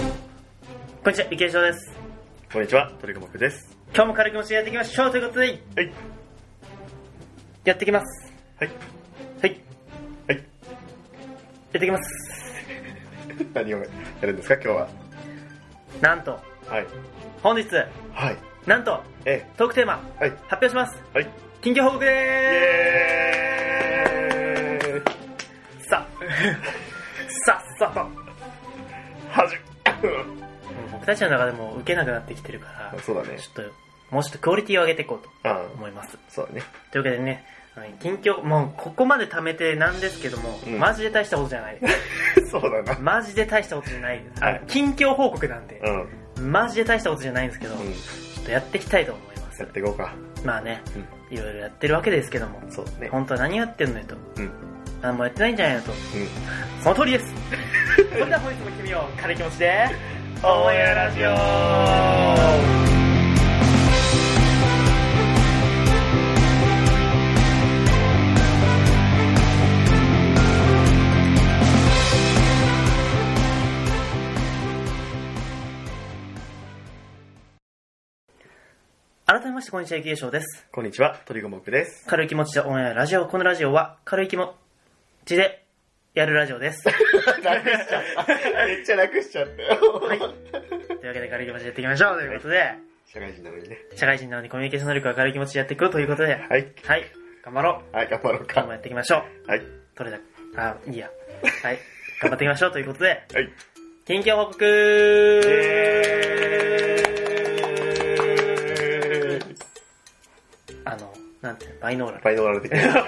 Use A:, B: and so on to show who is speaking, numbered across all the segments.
A: こんにちは、池江翔です。
B: こんにちは、鳥久保です。
A: 今日も軽くもしやっていきましょうということで、
B: はい。
A: やっていきます。
B: はい。
A: はい。
B: はい。
A: やっていきます。
B: 何をやるんですか、今日は。
A: なんと、
B: はい。
A: 本日、
B: はい。
A: なんと、
B: え
A: トークテーマ、
B: え。はい。
A: 発表します。
B: はい。
A: 緊急報告で
B: イエーイ
A: ーす。 さあ、さあ、さあ。
B: はじ
A: 僕たちの中でも受けなくなってきてるから、
B: そうだね
A: ちょっと、もうちょっとクオリティを上げていこうと
B: あ
A: 思います。
B: そう だね。
A: というわけでね、あの近況、もうここまで貯めてなんですけども、
B: うん
A: マジで大したことじゃ ない。
B: そうだな。
A: マジで大したことじゃないです。
B: はい
A: 近況報告なんで、
B: うん。
A: マジで大したことじゃないんですけど、
B: うん
A: ち。ょっとやっていきたいと思います
B: や。っていこうか。
A: まあね、
B: う
A: いろいろやってるわけですけども、
B: ん。そうだね。
A: 本当は何やってんのよと、
B: うん。うん。
A: 何もやってないんじゃないのと、その通りです。 それでは本日も君を軽い気持ちで、
B: オンエアラジオ
A: 改めまして、こんにちは、ゆきえしょうです。
B: こんにちは、鳥久保 です。
A: 軽い気持ちでオンエアラジオ。このラジオは、軽い気持ちでやるラジオ です。
B: 楽しちゃった。 めっちゃ楽しちゃったよ。
A: はい。というわけで、軽い気持ちでやっていきましょうということで、
B: 社会人なのにね。
A: 社会人なのにコミュニケーション能力は軽い気持ちでやっていくということで、
B: はい。
A: はい。頑張ろう。
B: はい、頑張ろう
A: 今日も
B: か。
A: やっていきましょう。
B: はい。
A: 取れた。あ、いいや。はい。頑張っていきましょうということで、
B: はい。
A: 近況報告あの、なんていうのバイノーラル。
B: バイノーラル的な。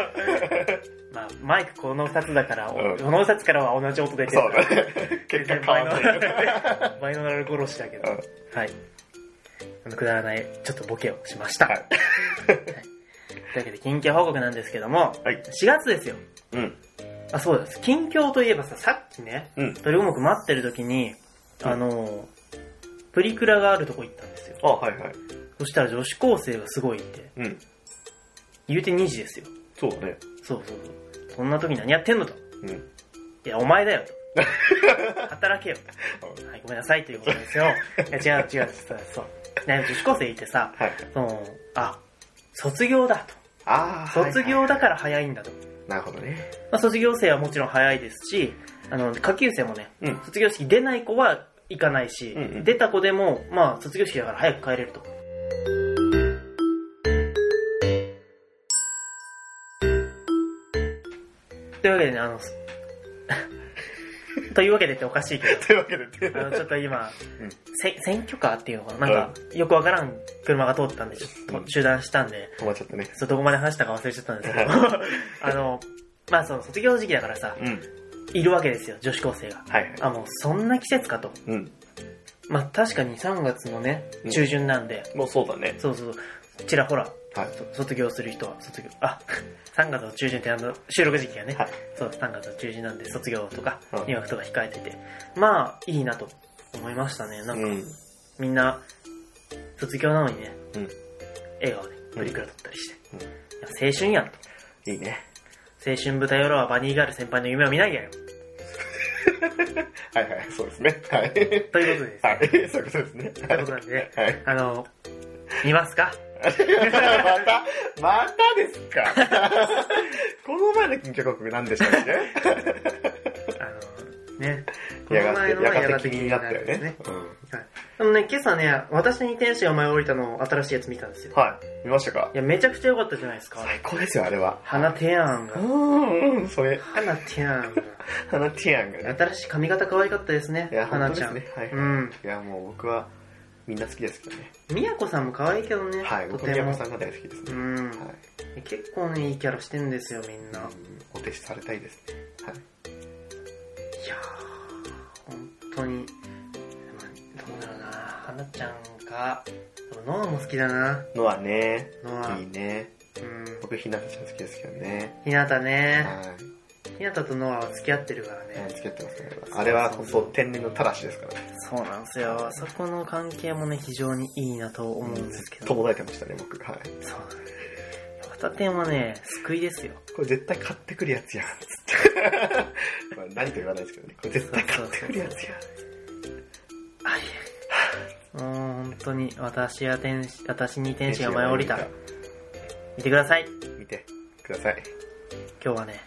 A: まあ、マイクこの2つだから、
B: うん
A: この2つからは同じ音出て
B: そう
A: るから
B: だね。結果変わんない
A: 全然バイノーラルバイノーラル殺しだけど、
B: うん
A: はい。あのくだらない、ちょっとボケをしました。
B: はい
A: というわけで、近況報告なんですけども、
B: はい。
A: 4月ですよ。
B: うん。
A: あ、そうです。近況といえばさ、さっきね、
B: うん。
A: 鳥五目待ってる時に、
B: うん
A: あの、プリクラがあるとこ行ったんですよ。
B: あ、はいはい。
A: そしたら女子高生がすごいいて、
B: うん。
A: 言うて2時ですよ。
B: そうだね。
A: そうそうそう。そんな時何やってんのと。
B: うん。
A: いや、お前だよ と。働けよと。はい、ごめんなさいということですよ。いや、違う違う違う。そう。ね、女子高生いてさ、
B: はい。
A: その、あ、卒業だ
B: あ
A: と。卒業だから早いんだと。
B: なるほどね。
A: まあ、卒業生はもちろん早いですし、あの、下級生もね、
B: うん。
A: 卒業式出ない子は行かないし、
B: うんうん
A: 出た子でも、まあ、卒業式だから早く帰れると。というわけでね、あの、 すというわけでっておかしいけ
B: というわけで、
A: ど、あの、ちょっと今、
B: うん
A: せ選挙カーっていうのかななんか、よくわからん車が通ったんで、ちょっ
B: うん
A: と中断したんで、
B: 止まっちゃったね。
A: そうどこまで話したか忘れちゃったんですけど、 あの、まあその卒業時期だからさ、
B: うん。
A: いるわけですよ、女子高生が。
B: はいはい。
A: あ、もうそんな季節かと。
B: うん。
A: まあ確かに3月のね
B: う、ん
A: 中旬なんで、
B: もうそうだね。
A: そうそうそう、ちらほら、
B: はい。
A: そ卒業する人は卒業、あ、3月 の中旬ってあの、収録時期がね、
B: はい
A: そう、3月の中旬なんで卒業とか
B: うん、
A: 入学とか控えてて、まあいいなと思いましたね。なんか
B: うん。
A: みんな、卒業なのにね、
B: うん
A: 笑顔でプリクラ撮ったりして、
B: うん
A: いや青春やんと。
B: いいね。
A: 青春舞台裏はバニーガール先輩の夢を見なきゃよ。
B: はいはい、そうですね。はい。
A: ということです。
B: はい、そういうことですね。
A: ということなんでね、
B: はい。
A: あの、見ますか
B: また、またですか この前の緊急報告何でした っけ
A: あの、ね、
B: やがて、
A: は
B: やがて気になった
A: ん
B: よ
A: です
B: ね。うん。
A: はい。でもね、今朝ね、私に天使が舞い降りたのを新しいやつ見たんですよ。
B: はい。見ましたか
A: いや、めちゃくちゃ良かったじゃないですか。
B: 最高ですよ、あれは。
A: 花テヤーン
B: う
A: が。
B: ん、うん、それ、
A: 花テヤーンが。
B: あのティアンがね。
A: 新しい髪型可愛かったですね
B: いや、。
A: 花
B: 本当
A: ち
B: で
A: ゃ
B: す
A: ん。
B: ね。はい。
A: うん。
B: いや、もう僕は、みんな好きですけどね。
A: みやこさんも可愛いけどね。
B: はい。
A: と
B: 僕は
A: て
B: 宮
A: も
B: さ。んが大好きです
A: う
B: ね。
A: ん
B: はい。。
A: 結構ね、いいキャラしてんですよ、みんな。
B: お弟子されたいですね。はい。
A: いやー、本当に、まあどうだろうな、花ちゃんか、でもノアも好きだな、
B: のはね、
A: ノア。
B: いいね。
A: うん。
B: 僕、ひなたちゃん好きですけどね。
A: ひなたね、
B: は
A: ひなたとノアは付き合ってるから
B: い。はい
A: ね。
B: 付き合ってますね。あれは、こそ天然のたらしですからね。
A: そうなんですよ。そこの関係もね、非常にいいなと思うんですけど。
B: 友達ましたね、僕。は
A: そう
B: い。
A: なんです。ホタテンはね、救いですよ。
B: これ絶対買ってくるや つやん。つって。まあ何と言わないですけどね。これ絶対買ってくるやつや
A: あ
B: ん。
A: もう本当に、私や天使、私に天使が舞い降りた。見てください。
B: 見てください。
A: 今日はね、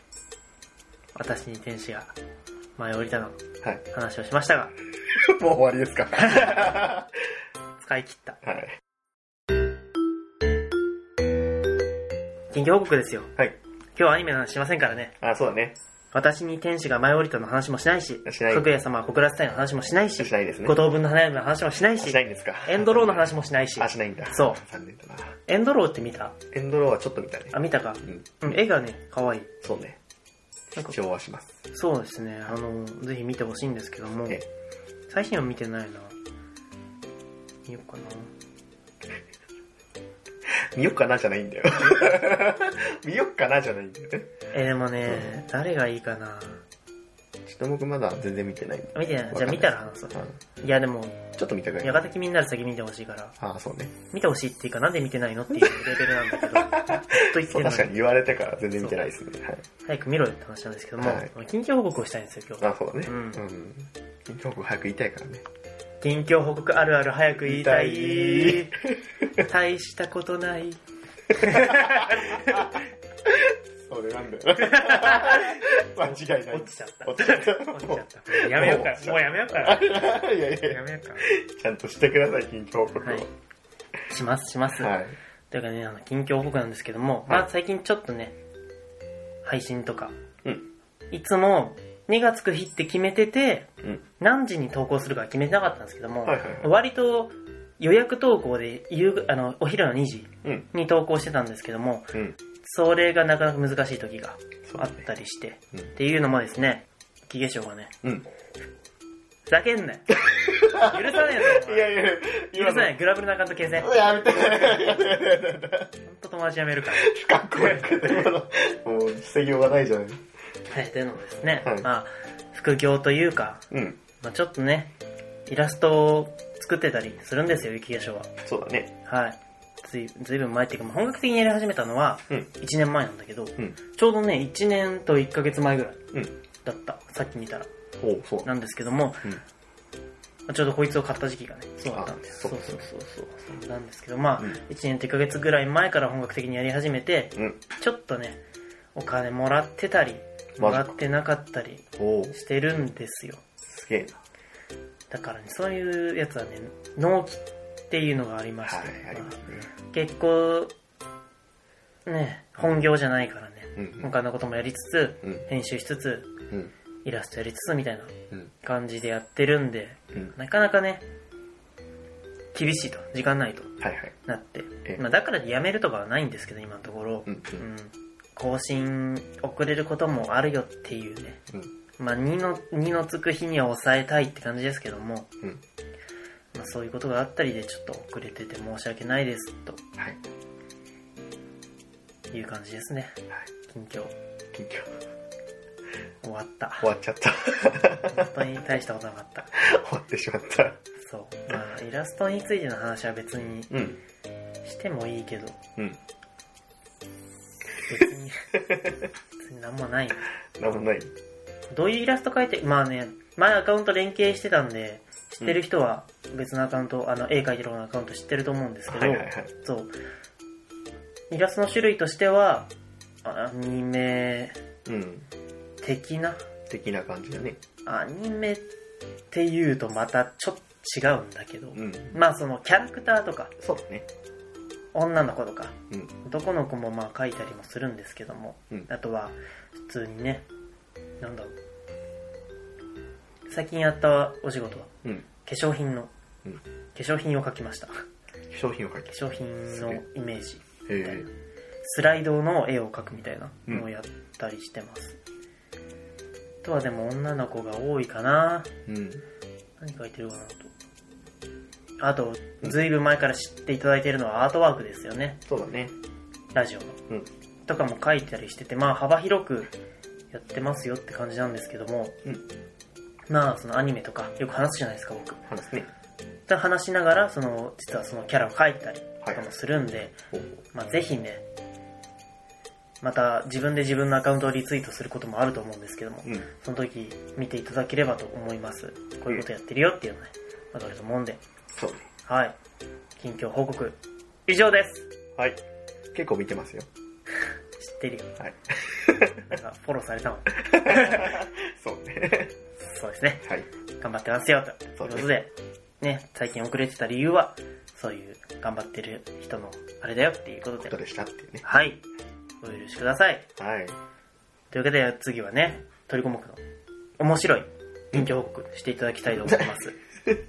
A: 私に天使が舞い降りたの
B: はい。
A: 話をしましたが、
B: もう終わりです かは
A: 使い切った。
B: い。
A: 近況報告ですよ。
B: はい。
A: 今日はアニメの話しませんからね。
B: あ、そうだね。
A: 私に天使が舞い降りたの話もしないし、
B: しない
A: かぐや様は小倉伝いの話もしないし、
B: しないですね
A: 五。等分の花嫁の話もしないし
B: し、ないんですか
A: エンドローの話もしないし
B: あ、、しないんだ。
A: そう。
B: 残念だな。
A: エンドローって見た
B: エンドローはちょっと見たね
A: あ、。見たか。
B: うん。
A: うん、絵がね、可愛い
B: そうね。
A: なんか
B: 視聴はします。
A: そうですね、あの、ぜひ見てほしいんですけども
B: え、
A: 最新は見てないな。見ようかな。
B: 見よっかなじゃない んだよ。見よっかなじゃないんだよね。
A: えーでもね、誰がいいかな。
B: ちょっと僕まだ全然見てないんで。
A: 見てない。じ
B: わかん
A: ゃあ
B: ない
A: 見たら話そう。
B: う
A: いやでも、
B: んちょっと見たぐら
A: や
B: い。
A: がて君になる先見てほしいから、
B: あ、そうね。
A: 見てほしいっていうか、なんで見てないのっていうレベルなんだ けど、ずっと言っ
B: そ
A: て
B: う、
A: る
B: 確
A: の
B: か
A: に
B: に、言われてから全然見てないですね。はい。
A: 早く見ろよって話なんですけども、
B: はい
A: 近況報告をしたいんですよ、今日。
B: あ、そうだね。
A: う
B: うんん。緊張早く言いたいからね。
A: 近況報告あるある早く言いたい
B: 言い。
A: 大したことない。
B: そ れなんだよ。間違いない。
A: 落ちちゃった。
B: 落ちちゃった
A: 落ちちゃった。やめようか。もうやめようか。や
B: いやいやいや、
A: めようか。
B: ちゃんとしてください、緊張報告を。
A: はいします、します。
B: はい。
A: というかね、あの、近況報告なんですけども、
B: はい
A: まあ最近ちょっとね、配信とか、
B: うん。
A: いつも2がつく日って決めてて、
B: うん。
A: 何時に投稿するか決めてなかったんですけども、
B: はいはいはい
A: 割と予約投稿で夕があのお昼の2時
B: うん。
A: に投稿してたんですけども、
B: うん。
A: それがなかなか難しい時が
B: そう
A: あ
B: だ
A: っ
B: ね
A: たりして、
B: うん
A: っていうのもですね、木化粧がね、
B: うん。
A: ふざけんな よ許さね
B: い
A: え
B: や
A: よ
B: いや、
A: 許さない、グラブルのアカウント消せ。ほん
B: やめて。やめて。やめて。
A: と友達やめるから。
B: かっこよくて、今の。もう、防ぎようがないじゃない。
A: はい、というのもですね、
B: はい
A: まあ、副業というか、
B: うん。
A: まあ、ちょっとね、イラストを作ってたりするんですよ、雪化粧は。
B: そうだね。
A: はい。ずいずいぶん前っていうか、まあ本格的にやり始めたのは
B: うん。
A: 1年前なんだけど、
B: うん。
A: ちょうどね、1年と1ヶ月前ぐらい
B: うん。
A: だった。さっき見たら。
B: おう、そうだ。
A: なんですけども、
B: うん
A: まあちょうどこいつを買った時期がね、そうだったんです。そ
B: あそうう
A: そうそうそうそう。なんですけど、まあ、
B: うん
A: 1年と1ヶ月ぐらい前から本格的にやり始めて、
B: うん。
A: ちょっとね、お金もらってたり、も
B: マジ
A: ら
B: か
A: ってなかったり
B: おう、
A: してるんですよ。
B: すげえな。
A: だからね、そういうやつはね、納期っていうのがありまし
B: は
A: て、
B: い、ありますね。
A: まあ結構、ね、本業じゃないからね、
B: うん
A: 他のこともやりつつ、
B: うん
A: 編集しつつ、
B: うん。
A: イラストやりつつみたいな
B: うん。
A: 感じでやってるんで、
B: うん。
A: なかなかね、厳しいと、時間ないと
B: はいはい。
A: なって
B: え、え
A: まあ、だからやめるとかはないんですけど、今のところ、
B: うん。
A: うん更新遅れることもあるよっていうね、
B: うん。
A: まあ、2の、2のつく日には抑えたいって感じですけども、
B: うん。
A: まあ、そういうことがあったりでちょっと遅れてて申し訳ないです
B: はい。はい。
A: という感じですね近況
B: 緊張。
A: 終わった
B: 終わっちゃった。
A: 本当に大したことなかった
B: 終わってしまった。
A: そうまあイラストについての話は別に
B: うん。
A: してもいいけど
B: うん。
A: 別に別に何もない
B: なんもない。
A: どういうイラスト描いてまあね前アカウント連携してたんで知ってる人は別のアカウントあの絵描いてる方のアカウント知ってると思うんですけ
B: は
A: ど
B: いはいはい。
A: そうイラストの種類としてはアニメ
B: うん。
A: 的な
B: 的な感じだね。
A: アニメって言うとまたちょっと違うんだけど、
B: うん。
A: まあそのキャラクターとか
B: そうだね。
A: 女の子とか
B: うん。
A: 男の子もまあ描いたりもするんですけども、
B: うん
A: あとは普通にねなんだろう最近やったお仕事は
B: うん。
A: 化粧品の、
B: うん
A: 化粧品を描きました化
B: 商品を書き。
A: 粧品のイメージ
B: え
A: たい
B: え。
A: スライドの絵を描くみたいなのをやったりしてます、あとはでも女の子が多いかな
B: うん。
A: 何書いてるかなと。あと、ずいぶん前から知っていただいているのはアートワークですよね。
B: そうだね。
A: ラジオの。
B: うん。
A: とかも書いたりしてて、まあ幅広くやってますよって感じなんですけども、
B: うん。
A: まあそのアニメとかよく話すじゃないですか、僕。
B: 話すね。
A: で話しながら、その、実はそのキャラを書いたりとかもするんで、
B: おう
A: まあぜひね、また自分で自分のアカウントをリツイートすることもあると思うんですけども、
B: うん。
A: その時見ていただければと思います。こういうことやってるよっていうのね、わかると思うんで。
B: そうね。
A: はい。近況報告、以上です。
B: はい。結構見てますよ。
A: 知ってるよ。
B: はい。
A: なんか、フォローされたの。
B: そうね。
A: そうですね。
B: はい。
A: 頑張ってますよ、
B: そ
A: と
B: う
A: いう
B: ね
A: ことで、ね、最近遅れてた理由は、そういう頑張ってる人のあれだよっていうこと
B: こと
A: で、
B: でしたっていうね。
A: はい。お許しください。
B: はい。
A: というわけで、次はね、鳥子目の面白い近況報告していただきたいと思い ます。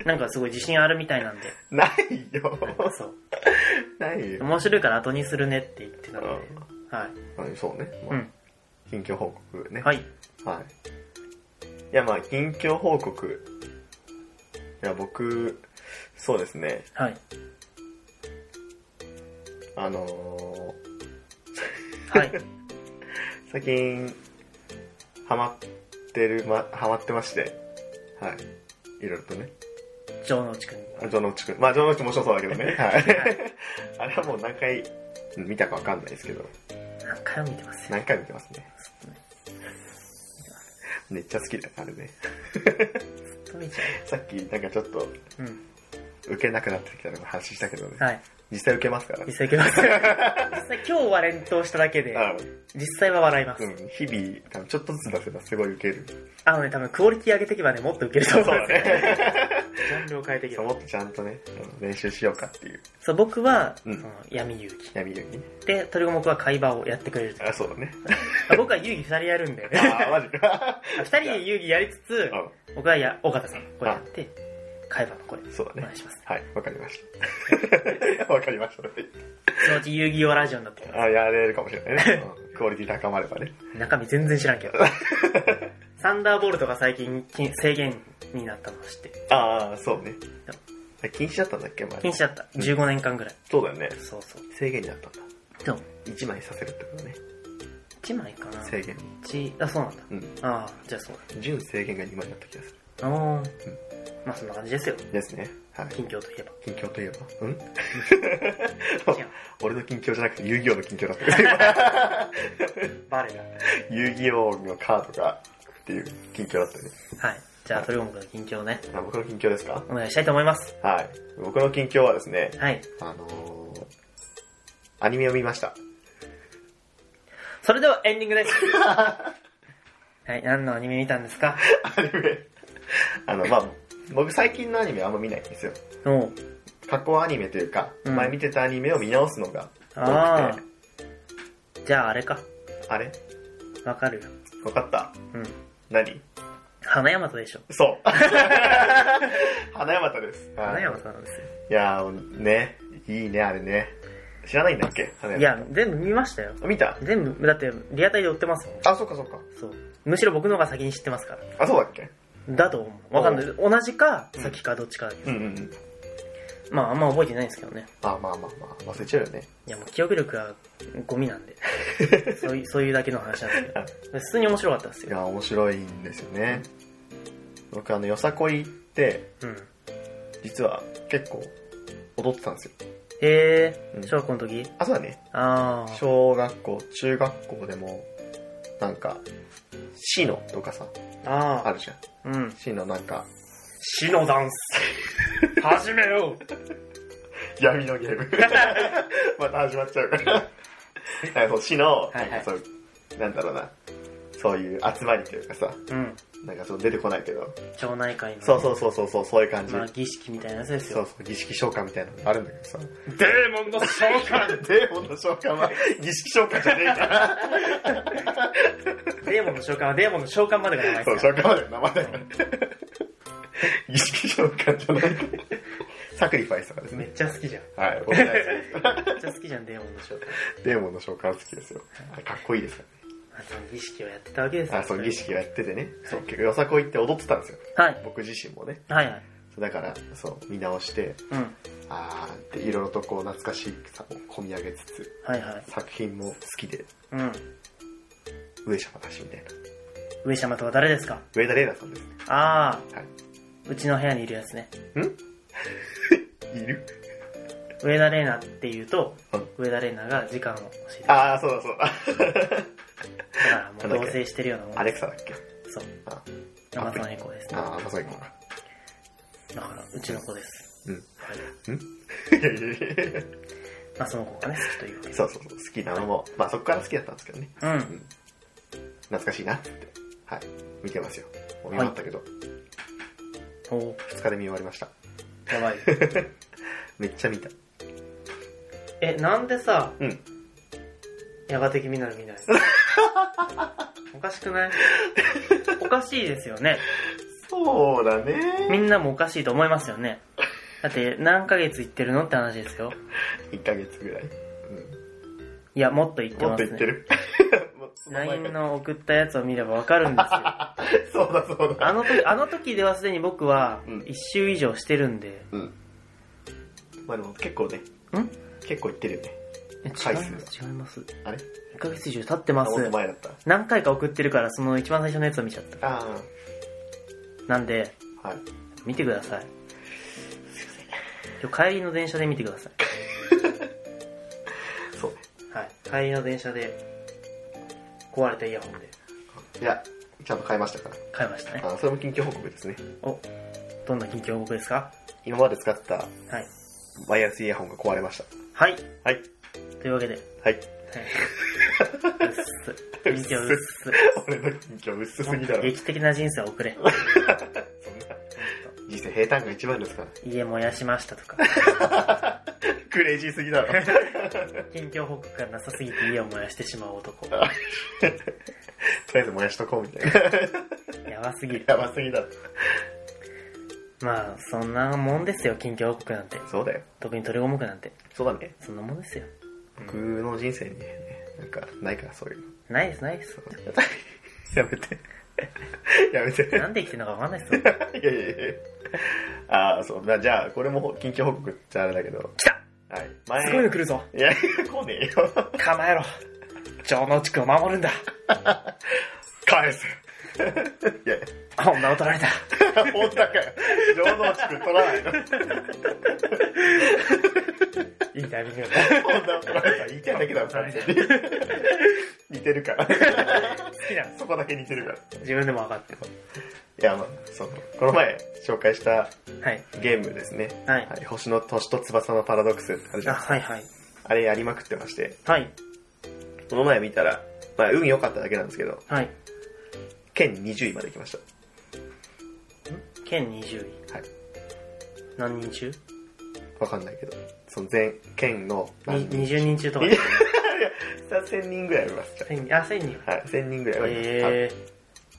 A: なんかすごい自信あるみたいなんで、
B: ないよ。
A: そう。
B: ないよ。
A: 面白いから後にするねって言ってたので、はい。
B: はいそうね。
A: う
B: まあ
A: ん。
B: 近況報告ね。
A: はい。
B: はい。いや、まあ、近況報告。いや、僕、そうですね。
A: はい。
B: あのー、
A: はい。
B: 最近、ハマってる、ま、ハマってまして。はい。いろいろとね。
A: 城之内くん。
B: あ城之内くん。まあ、城之内くんもちろんそうだけどね。はい。 あれはもう何回見たかわかんないですけど、
A: 何回も見てますよ。
B: 何回見てますね。めっちゃ好きだ、あれね。
A: ずっと見ちゃ
B: さっき、なんかちょっと、
A: う。うん。
B: 受けなくなってきたのも話したけどね。
A: はい。
B: 実際受けますから
A: 実
B: ね。
A: 際行き ます。実際今日は連投しただけで、
B: あ
A: 実際は笑います。
B: うん、日々、多分ちょっとずつ出せばすごい受ける。
A: あのね、多分クオリティ上げていけばね、もっとウケると思うんですよ。
B: ね。
A: ジャンルを変えていけ
B: そう
A: ば。
B: 思ってちゃんとね、うん練習しようかっていう。
A: そう、僕は、
B: うん
A: その闇遊戯。
B: 闇遊戯。
A: で、鳥目は会話をやってくれ る。
B: あ、そうだね。
A: あ僕は遊戯二人やるんだよ
B: あ
A: ね。
B: ー、マジか。
A: 二人で遊戯やりつつ、僕はや、尾形さん、これやって、会話の声、
B: うん、そう
A: お
B: だ
A: 願
B: ね
A: い。します。
B: はい、わかりました。 わかりました。
A: そのうち遊戯王ラジオになってくる
B: あやれるかもしれないね。うんクオリティ高まればね。
A: 中身全然知らん けど。サンダーボルトが最近禁制限になったの知ってる。
B: ああ、そうね。あ禁止だったんだっけ前
A: 禁止だった。15年間ぐらい。
B: そうだよね。
A: そうそう。
B: 制限になったんだ。
A: でも、
B: 1枚させるってことね。
A: 1枚かな
B: 制限。
A: 一あ、そうなんだ。
B: うん。
A: ああ、じゃあそう
B: 純制限が2枚だった気がす
A: だ。ああ。まあそんな感じですよ。
B: る。ですね。はい。
A: 近況といえば。
B: 近況といえばうん
A: 違う
B: 俺の近況じゃなくて遊戯王の近況だ ったけ
A: バレ
B: ど遊戯王のカードがっていう近況だったよね。
A: た。はい。じゃあ、鳥くの近況ね、
B: あ僕の近況ですか
A: お願いしたいと思います。
B: はい。僕の近況はですね、
A: はい。
B: あのー、アニメを見ました。
A: それではエンディング です。はい、何のアニメ見たんですか
B: アニメ。 あの、まあ、僕最近のアニメあんま見ないんですよ。
A: おう
B: 過去アニメというか、
A: うん
B: 前見てたアニメを見直すのが多
A: あ
B: くて、
A: じゃああれか。
B: あれ
A: わかるよ。
B: わかった
A: うん。
B: 何
A: 花山とでしょ。
B: そう。花山田です。はい
A: 花山となんですよ。
B: いやー、ね、いいね、あれね。知らないんだっけ花
A: い
B: 山
A: や、全部見ましたよ。
B: 田。見た
A: 全部、だって、リアタイで売ってますもん。
B: あ、そっかそっか。
A: そう。むしろ僕の方が先に知ってますから。
B: あ、そうだっけ
A: だと思う。わかんない。同じか、先かどっちかだけど
B: うんうんうん。
A: まあ、あんま覚えてないんですけどね。
B: あ、まあまあまあ、忘れちゃうよね。
A: いや、もう記憶力はゴミなんで。そういう、そういうだけの話なんですけど。普通に面白かったです
B: い
A: よ。
B: やー、面白いんですよね。僕、あの、よさこいって、
A: うん。
B: 実は結構踊ってたんですよ。
A: へ
B: う
A: え、
B: ん
A: 小学校の時
B: あ、そうだね。
A: ああ。
B: 小学校、中学校でも、なんか、市のとかさ、
A: あ
B: あるじゃん。
A: うん。
B: 市のなんか、
A: 死のダンス。 始めよう。
B: 闇のゲー ム。また始まっちゃうから。なんかそう市の、
A: いは
B: ないんかそう、なんだろうな、そういう集まりというかさ、
A: うん。
B: なんかそう出てこないけど、
A: 町内会の。
B: そうそうそうそうそう、そういう感じ。
A: まあ、儀式みたいなやつです
B: そう
A: よ。
B: そう、儀式召喚みたいなのがあるんだけどさ。
A: デーモンの召喚
B: デーモンの召喚は儀式召喚じゃねえから。
A: デーモンの召喚はデーモンの召喚までが長い
B: そう、
A: です
B: 召
A: から。
B: 喚までの名前だから。 儀式召喚じゃない。サクリファイスとかです
A: め
B: ね。
A: っちゃ好きじゃん。
B: はい、僕大好きで
A: めっちゃ好きじゃん、デーモンの召喚。
B: すデーモンの召喚好きですよ。かっこいいですよね。
A: あその儀式をやってたわけですよ
B: あ、そう、儀。式をやっててね。そう、結構よさこいって踊ってたんですよ。
A: はい。
B: 僕自身もね。
A: はいはい。
B: そうだから、そう、見直して、
A: うん。
B: あーって、いろいろとこう、懐かしさを込み上げつつ、
A: はいはい。
B: 作品も好きで、
A: うん。
B: 上様だしみたいな。
A: 上様とは誰ですか
B: 上田玲奈さんですね。
A: あ
B: は
A: あ、うちの部屋にいるやつね。
B: い。いる
A: 上田玲奈って言うと
B: うん、
A: 上田玲奈が時間を教えてくれる。だ
B: ああ、そうだそうだ。
A: からもう同棲してるようなも
B: ア
A: ん
B: レ
A: で
B: クサだっけ
A: す。そう。
B: あ
A: 山園エコですね。
B: あー、まさにか。
A: だから、うちの子です。
B: うん。
A: はい
B: いやいやいや
A: まあその子がね、好きというわけで。
B: そうそうそう、好きなのも、まあそこから好きだったんですけどね。
A: うん。
B: 懐かしいなって。はい。見てますよ。もう見終わったけど、
A: お
B: 2日で見終わりました。
A: ーやば い。
B: めっちゃ見た。
A: え、なんでさ、
B: うん。
A: やがて君なる みたいな。おかしくないおかしいですよね。
B: そうだ
A: み
B: ね。
A: んなもおかしいと思いますよね。だって、何ヶ月行ってるのって話ですよ。
B: 1ヶ月ぐらい。
A: いや、もっと行っ
B: う
A: て
B: ん。も
A: ま
B: っと
A: す
B: 言って
A: ね。
B: る。 もうその前から
A: LINE の送ったやつを見ればわかるんですよ。
B: そうだそうだ。
A: あの時、あの時ではすでに僕は
B: うん、
A: 一周以上してるんで。
B: うん。まあでも結構ね、
A: ん
B: 結構言ってるよね。
A: え違い
B: 回
A: ます、違
B: 数
A: います。
B: あれ
A: 1ヶ月以上経って
B: あ、
A: ま
B: もっと
A: す。
B: 前だった。
A: 何回か送ってるから、その一番最初のやつを見ちゃった。
B: あ
A: なんで、
B: あ、はい。
A: 見てください。今日帰りの電車で見てください。
B: そうね。
A: はい。帰りの電車で、壊れたイヤホンで
B: いや、ちゃんと買いましたから。
A: 買いましたね。
B: あそれも近況報告ですね。
A: お、どんな近況報告ですか
B: 今まで使ってた
A: はい。
B: ワイヤレスイヤホンが壊れました。
A: はい。
B: はい。
A: というわけで、 はい。
B: はい。
A: うっす。近況うっす。
B: 俺の近況薄すぎだろ。
A: 劇的な人生を送れ。
B: そんな。人生平坦が一番ですから。
A: 家燃やしましたと か、
B: クレイジーすぎだ ろ。
A: 近況報告がなさすぎて家を燃やしてしまう男。
B: とりあえず燃やしとこうみたいな。
A: やばすぎる。
B: やばすぎだろ。
A: まあ、そんなもんですよ、近況報告なんて。
B: そうだよ。
A: 特に取りごもくなんて。
B: そうだね。
A: そんなもんですよ。
B: 僕の人生にね、なんか、ないからそういうの。
A: ないです、ないです。
B: やめて。 やめて。
A: なんで生きてるのかわかんないですよ。
B: いやいやいや。ああ、そう。まあじゃあ、これも近況報告っちゃあれだけど。
A: 来た
B: はい。前。
A: すごいの来るぞ。
B: いや、来ねえよ。
A: 構えろ。城之内くんを守るんだ。
B: 返す。 いや、
A: 女を取られた。
B: 本当かよ。上能地区取らないの。
A: いいタイミングだ
B: 本当取らないから言いたいだけだもん、完全に。似てるから。
A: 好きなんで
B: そこだけ似てるから。い
A: す。自分でも分かってる。
B: や、まあ、その、この前紹介した
A: はい。
B: ゲームですね。
A: はい。
B: はい、星の星と翼のパラドックスってあるじ
A: あ、
B: ゃん。
A: はいはい。
B: あれやりまくってまして、
A: はい。
B: この前見たら、まあ、運良かっただけなんですけど、
A: はい。
B: 県20位まで来まし
A: 県20位。
B: た。はい。
A: 何人中
B: わかんないけど、その全、県の
A: に
B: 何人
A: ?20 人中とか。
B: ?1000 人ぐらいいます、じゃ
A: 千人あ、1000人。
B: あはい、1000人ぐらいはいます。はい
A: え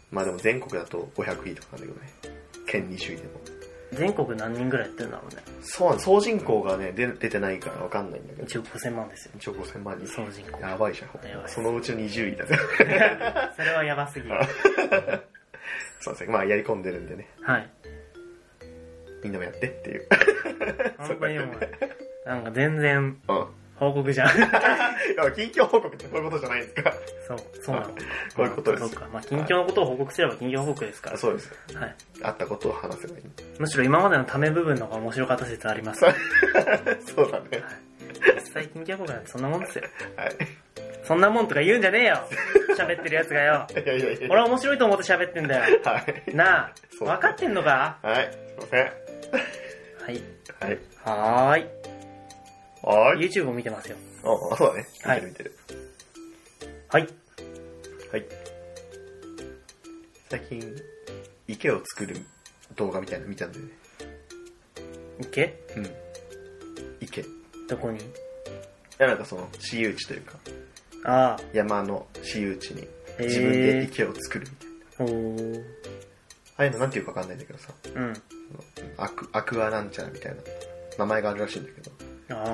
B: まあでも全国だと500位とかなんだけどね。県20位でも。
A: ー、全国何人ぐらいやってるんだろうね。
B: そうなん総人口がね、で出てないからわかんないんだけど。
A: 1億5000万ですよ。
B: 一応5000万人。
A: 総人口
B: やばいじ
A: や
B: ゃ
A: ばい
B: ん。そのうちの20位だぜ。
A: それはやばすぎる。
B: あそうですね。まあやり込んでるんでね。
A: はい。
B: みんなもやってっていう。
A: 本当にもう、なんか全然
B: うん。
A: 報告じゃん。
B: いや近況報告ってこういうことじゃないんですか。
A: そう、そうなの。
B: こういうことです
A: そうか。まあ、近況のことを報告すれば近況報告ですから。
B: そうです。
A: はい。
B: あったことを話せばいい。
A: むしろ今までのため部分の方が面白かった説あります。
B: そうそうだね。
A: 実際近況報告なんてそんなもんですよ。
B: はい。
A: そんなもんとか言うんじゃねえよ 喋ってるやつがよ。
B: いやいやいや。
A: 俺は面白いと思って喋ってんだよ。
B: はい。
A: なあ、
B: そう
A: 分かってんのか
B: はい。すいません。
A: はい。
B: はい。
A: はーい。
B: はーい。
A: YouTube を見てますよ。
B: あ、そうだね。見
A: はい
B: てる見てる。
A: はい。
B: はい。最近、池を作る動画みたいなの見たんだよね。
A: 池
B: うん。池。い
A: どこに
B: や、なんかその、私有地というか、
A: ああ、
B: 山の私有地に
A: へー
B: 自分で池を作るみたいな。
A: おー。
B: ああいうのなんていうかわかんないんだけどさ、
A: うん。
B: そのアクアクアなんちゃらみたいな名前があるらしいんだけど。
A: ああ、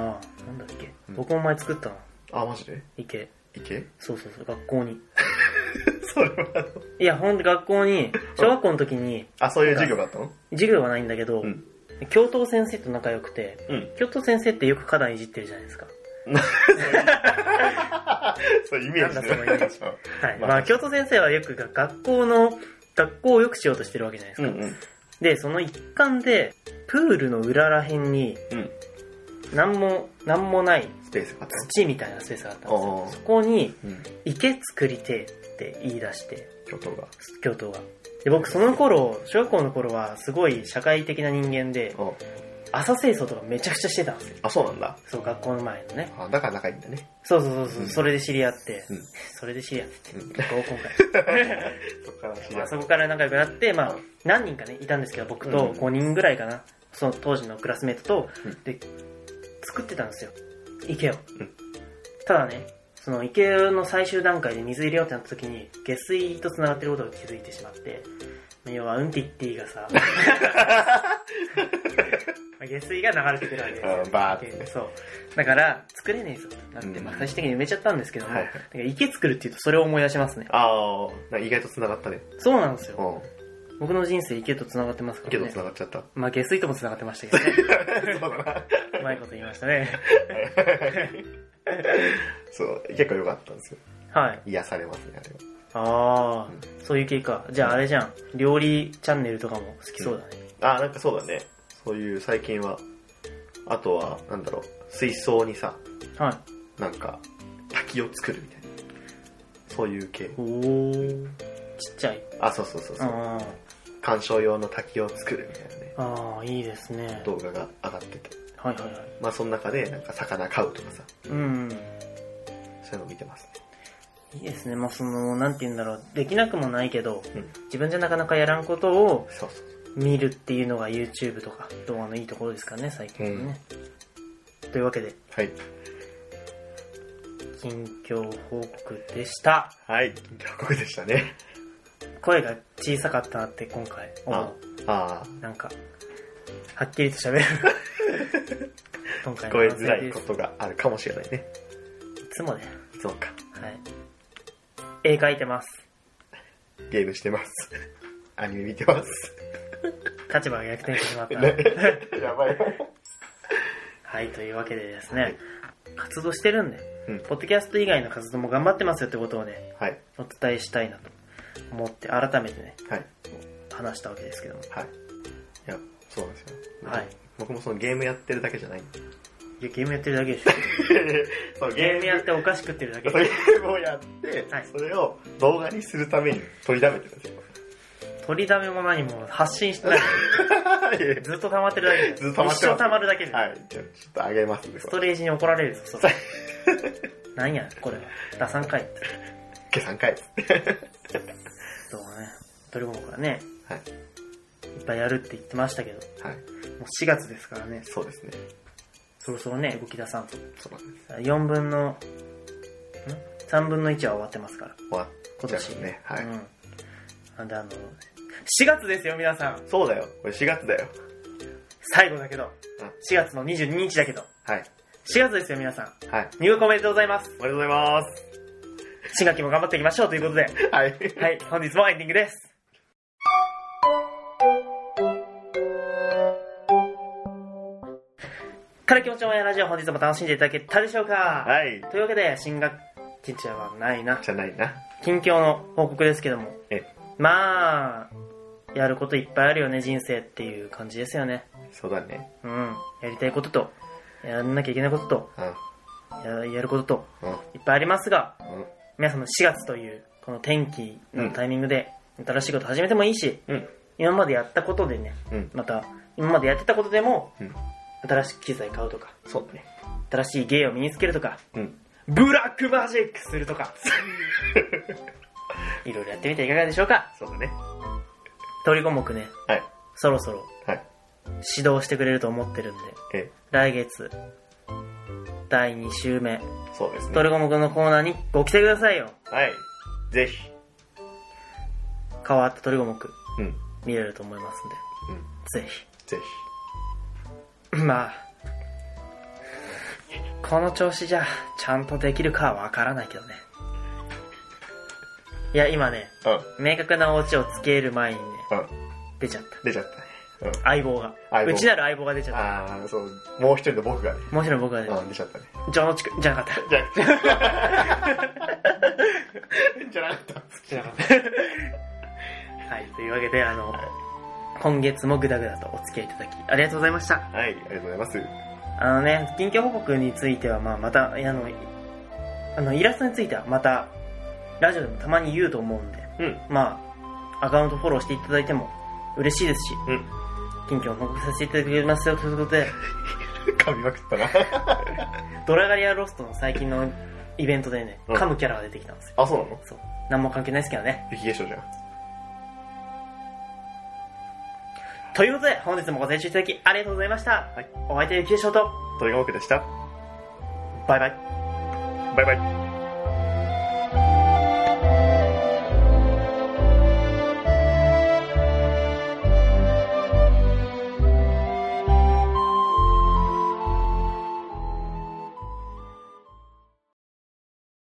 A: なんだっけ。
B: うん
A: 僕も前作ったの。
B: あ、マジで
A: 池。
B: 池
A: そうそうそう、学校に。
B: それはあの、
A: いや、ほんと学校に、小学校の時に、
B: あ、そういう授業があったの
A: 授業はないんだけど、
B: うん
A: 教頭先生と仲良くて、
B: うん。
A: 教頭先生ってよく課題いじってるじゃないですか。
B: そういうイメージ
A: なんだそのイメージはい。
B: ま
A: ま
B: あ
A: あ、教頭先生はよくが学校の、学校を良くしようとしてるわけじゃないです
B: うん
A: か。
B: うん。
A: で、その一環で、プールの裏らへんに、
B: うん。
A: なんも、なんもない
B: スペースがあった
A: 土みたいなスペースがあったんです
B: お
A: よ
B: ー。
A: そこに、
B: のうん。
A: 池作りてえって言い出して、
B: 教頭が。
A: 教頭が。で、僕その頃、小学校の頃はすごい社会的な人間で、
B: お
A: 朝清掃とかめちゃくちゃしてたんですよ。
B: あ、そうなんだ。
A: そう、学校の前のね。
B: あ、だから仲いいんだね。
A: そうそうそうそう、
B: うん
A: それで知り合って、
B: うん
A: それで知り合ってって、
B: うん
A: 合コン会。
B: そっから知り
A: ま
B: 合
A: あ
B: っ
A: そ
B: た
A: こから仲良くなって、まあ
B: う、
A: 何人かね、いたんですけど、僕
B: うん
A: と
B: うん
A: 5人ぐらいかな。その当時のクラスメイトと
B: うん、
A: で、作ってたんですよ。池を
B: うん。
A: ただね、その池の最終段階で水入れようってなった時に、下水と繋がってることを気づいてしまって、まあ要は、ウンティッティが さ、まあ下水が流れてくるわけですよ
B: う。んバーってね
A: そう。だから、作れねえぞってなって、
B: うん
A: まあ最終的に埋めちゃったんですけども、
B: はいはい
A: だから池作るっていうとそれを思い出しますね。
B: あー、な意外と繋がったね。
A: そうなんですよ。
B: うん。
A: 僕の人生池と繋がってますか
B: け
A: ら
B: ど
A: ね。
B: 繋がっち ゃった。
A: まあ下水とも繋がってましたけど ね。
B: そうだな。
A: うまいこと言いましたね。
B: そう、結構良かったんですよ。
A: はい。
B: 癒されますね、あれは。
A: ああ
B: うん、
A: そういう系か。じゃああれじゃん。料理チャンネルとかも好きそうだね。
B: あーなんかそうだねそういう最近はあとはなんだろう水槽にさ
A: はい。
B: なんか滝を作るみたいなそういう系
A: おー。ちっちゃい。
B: あそうそうそうそう、
A: あ
B: 観賞用の滝を作るみたいなね
A: あ、ああ、いいですね。
B: 動画が上がってて
A: はいはいはい。
B: まあその中でなんか魚飼うとかさ
A: うん。
B: そういうの見てますね
A: いいですね。まあその、なんて言うんだろう。できなくもないけど、
B: うん
A: 自分じゃなかなかやらんことを
B: そうそう
A: 見るっていうのが YouTube とか動画のいいところですからね、最近はね。というわけで、
B: はい
A: 近況報告でした。
B: はい報告でしたね
A: 声が小さかったなって今回思
B: あ
A: う。なんか、はっきりと喋る。 今
B: あ
A: 回
B: 聞
A: の
B: こえ
A: 反省
B: づらい
A: で
B: こ
A: す
B: とがあるかもしれないね
A: いつもね。
B: いつもか
A: はい。絵描いてます。
B: ゲームしてます アニメ見てます
A: 立場が逆転してしまった。
B: やばい
A: はい、というわけでですね、活動してるんで、
B: うん
A: ポッドキャスト以外の活動も頑張ってますよってことをね、
B: はい
A: お伝えしたいなと思って、改めてね、
B: はい
A: 話したわけですけども。
B: はい。いや、そうなんですよ。
A: はい。
B: 僕もそのゲームやってるだけ じゃないんで。
A: いや、ゲームやってるだけ でしょ。
B: そう
A: ゲームやってお菓子食ってるだけ
B: そうゲームをやって、
A: はい
B: それを動画にするために取りだめてたんですよ。
A: 取りだめも何も発信してない。ずっと溜まってるだけだよ
B: ずっと溜まってます
A: 一生溜まるだけで、
B: はい。じゃあちょっとあげますんで、
A: ス
B: こ
A: ト
B: れ
A: レージに怒られるぞ、そ れ。なんや、これは。打算かいって。
B: 計算回。
A: 動画ね、取り込むからね、
B: はい。
A: いっぱいやるって言ってましたけど、も
B: はい。
A: う4月ですからね、
B: そうですね。
A: そろそろね、動き出さんと。
B: そうなんです。
A: 4分の、ん ?3 分の1は終わってますから、
B: まあ、
A: 今年。
B: じゃあね。はい。
A: うん。なんであの、4月ですよ、皆さん。
B: そうだよ。これ4月だよ。
A: 最後だけど、
B: うん
A: 4月の22日だけど、
B: はい。
A: 4月ですよ、皆さん。
B: はい。
A: 入学おめでとうございます。
B: おめでとうございます。
A: 新学期も頑張っていきましょうということで、
B: はい。
A: はい、本日もエンディングです。から気持ちもやラジオ本日も楽しんでいただけたでしょうか、
B: はい。
A: というわけで、新学期じゃないな。
B: じゃないな。
A: 近況の報告ですけども。
B: え、
A: まあ、やることいっぱいあるよね、人生っていう感じですよね。
B: そうだね。
A: うん。やりたいことと、やんなきゃいけないことと、
B: うん。
A: ややることと、
B: うん。
A: いっぱいありますが、
B: うん。
A: 皆さんの4月というこの天気のタイミングで新しいこと始めてもいいし、
B: うん。
A: 今までやったことでね
B: うん。
A: また今までやってたことでも
B: うん。
A: 新しい機材買うとか
B: そうだね。
A: 新しい芸を身につけるとか
B: うん。
A: ブラックマジックするとかいろいろやってみていかがでしょうか
B: そうだね。
A: 鳥五目ね
B: はい。
A: そろそろ
B: はい。
A: 指導してくれると思ってるんで
B: え、
A: 来月第2週目
B: そうですね。
A: 鳥五目のコーナーにご来てくださいよ
B: はい。ぜひ。
A: 変わった鳥五目
B: うん。うん。
A: 見れると思いますんでぜひ
B: ぜ
A: まあ、この調子じゃ、ちゃんとできるかはわからないけどね。いや、今ね、
B: ひ。うん。
A: 明確なオチをつける前にね、
B: うん。
A: 出ちゃった。
B: 出ちゃったね。うん。
A: 相棒が。
B: 相棒
A: うちなる相棒が出ちゃっ
B: あー、そう。もう一人の僕がね。
A: た。もちろん僕はね、
B: うん、出ちゃったね。
A: ジョノチク、じゃなかった。
B: じゃあ、じゃなかった。
A: じゃなかった。はい、というわけで、あの、今月もぐだぐだとお付き合いいただき、ありがとうございました。
B: はい、ありがとうございます。
A: あのね、近況報告については、まあ、また、あの、いあの、イラストについては、また、ラジオでもたまに言うと思うんで、
B: うん。
A: まあ、アカウントフォローしていただいても嬉しいですし、
B: うん
A: 近況を報告させていただきますよということ で、
B: 噛みまくったな。
A: ドラガリアロストの最近のイベントでね、
B: うん
A: 噛むキャラが出てきたんですよ。
B: あ、そうなの
A: そう。なんも関係ないですけどね。
B: 雪化粧じゃん。
A: ということで、本日もご清聴いただきありがとうございました。
B: はい
A: お相手はゆきでしょうと、
B: 鳥が多くでした。
A: バイバイ。
B: バイバイ。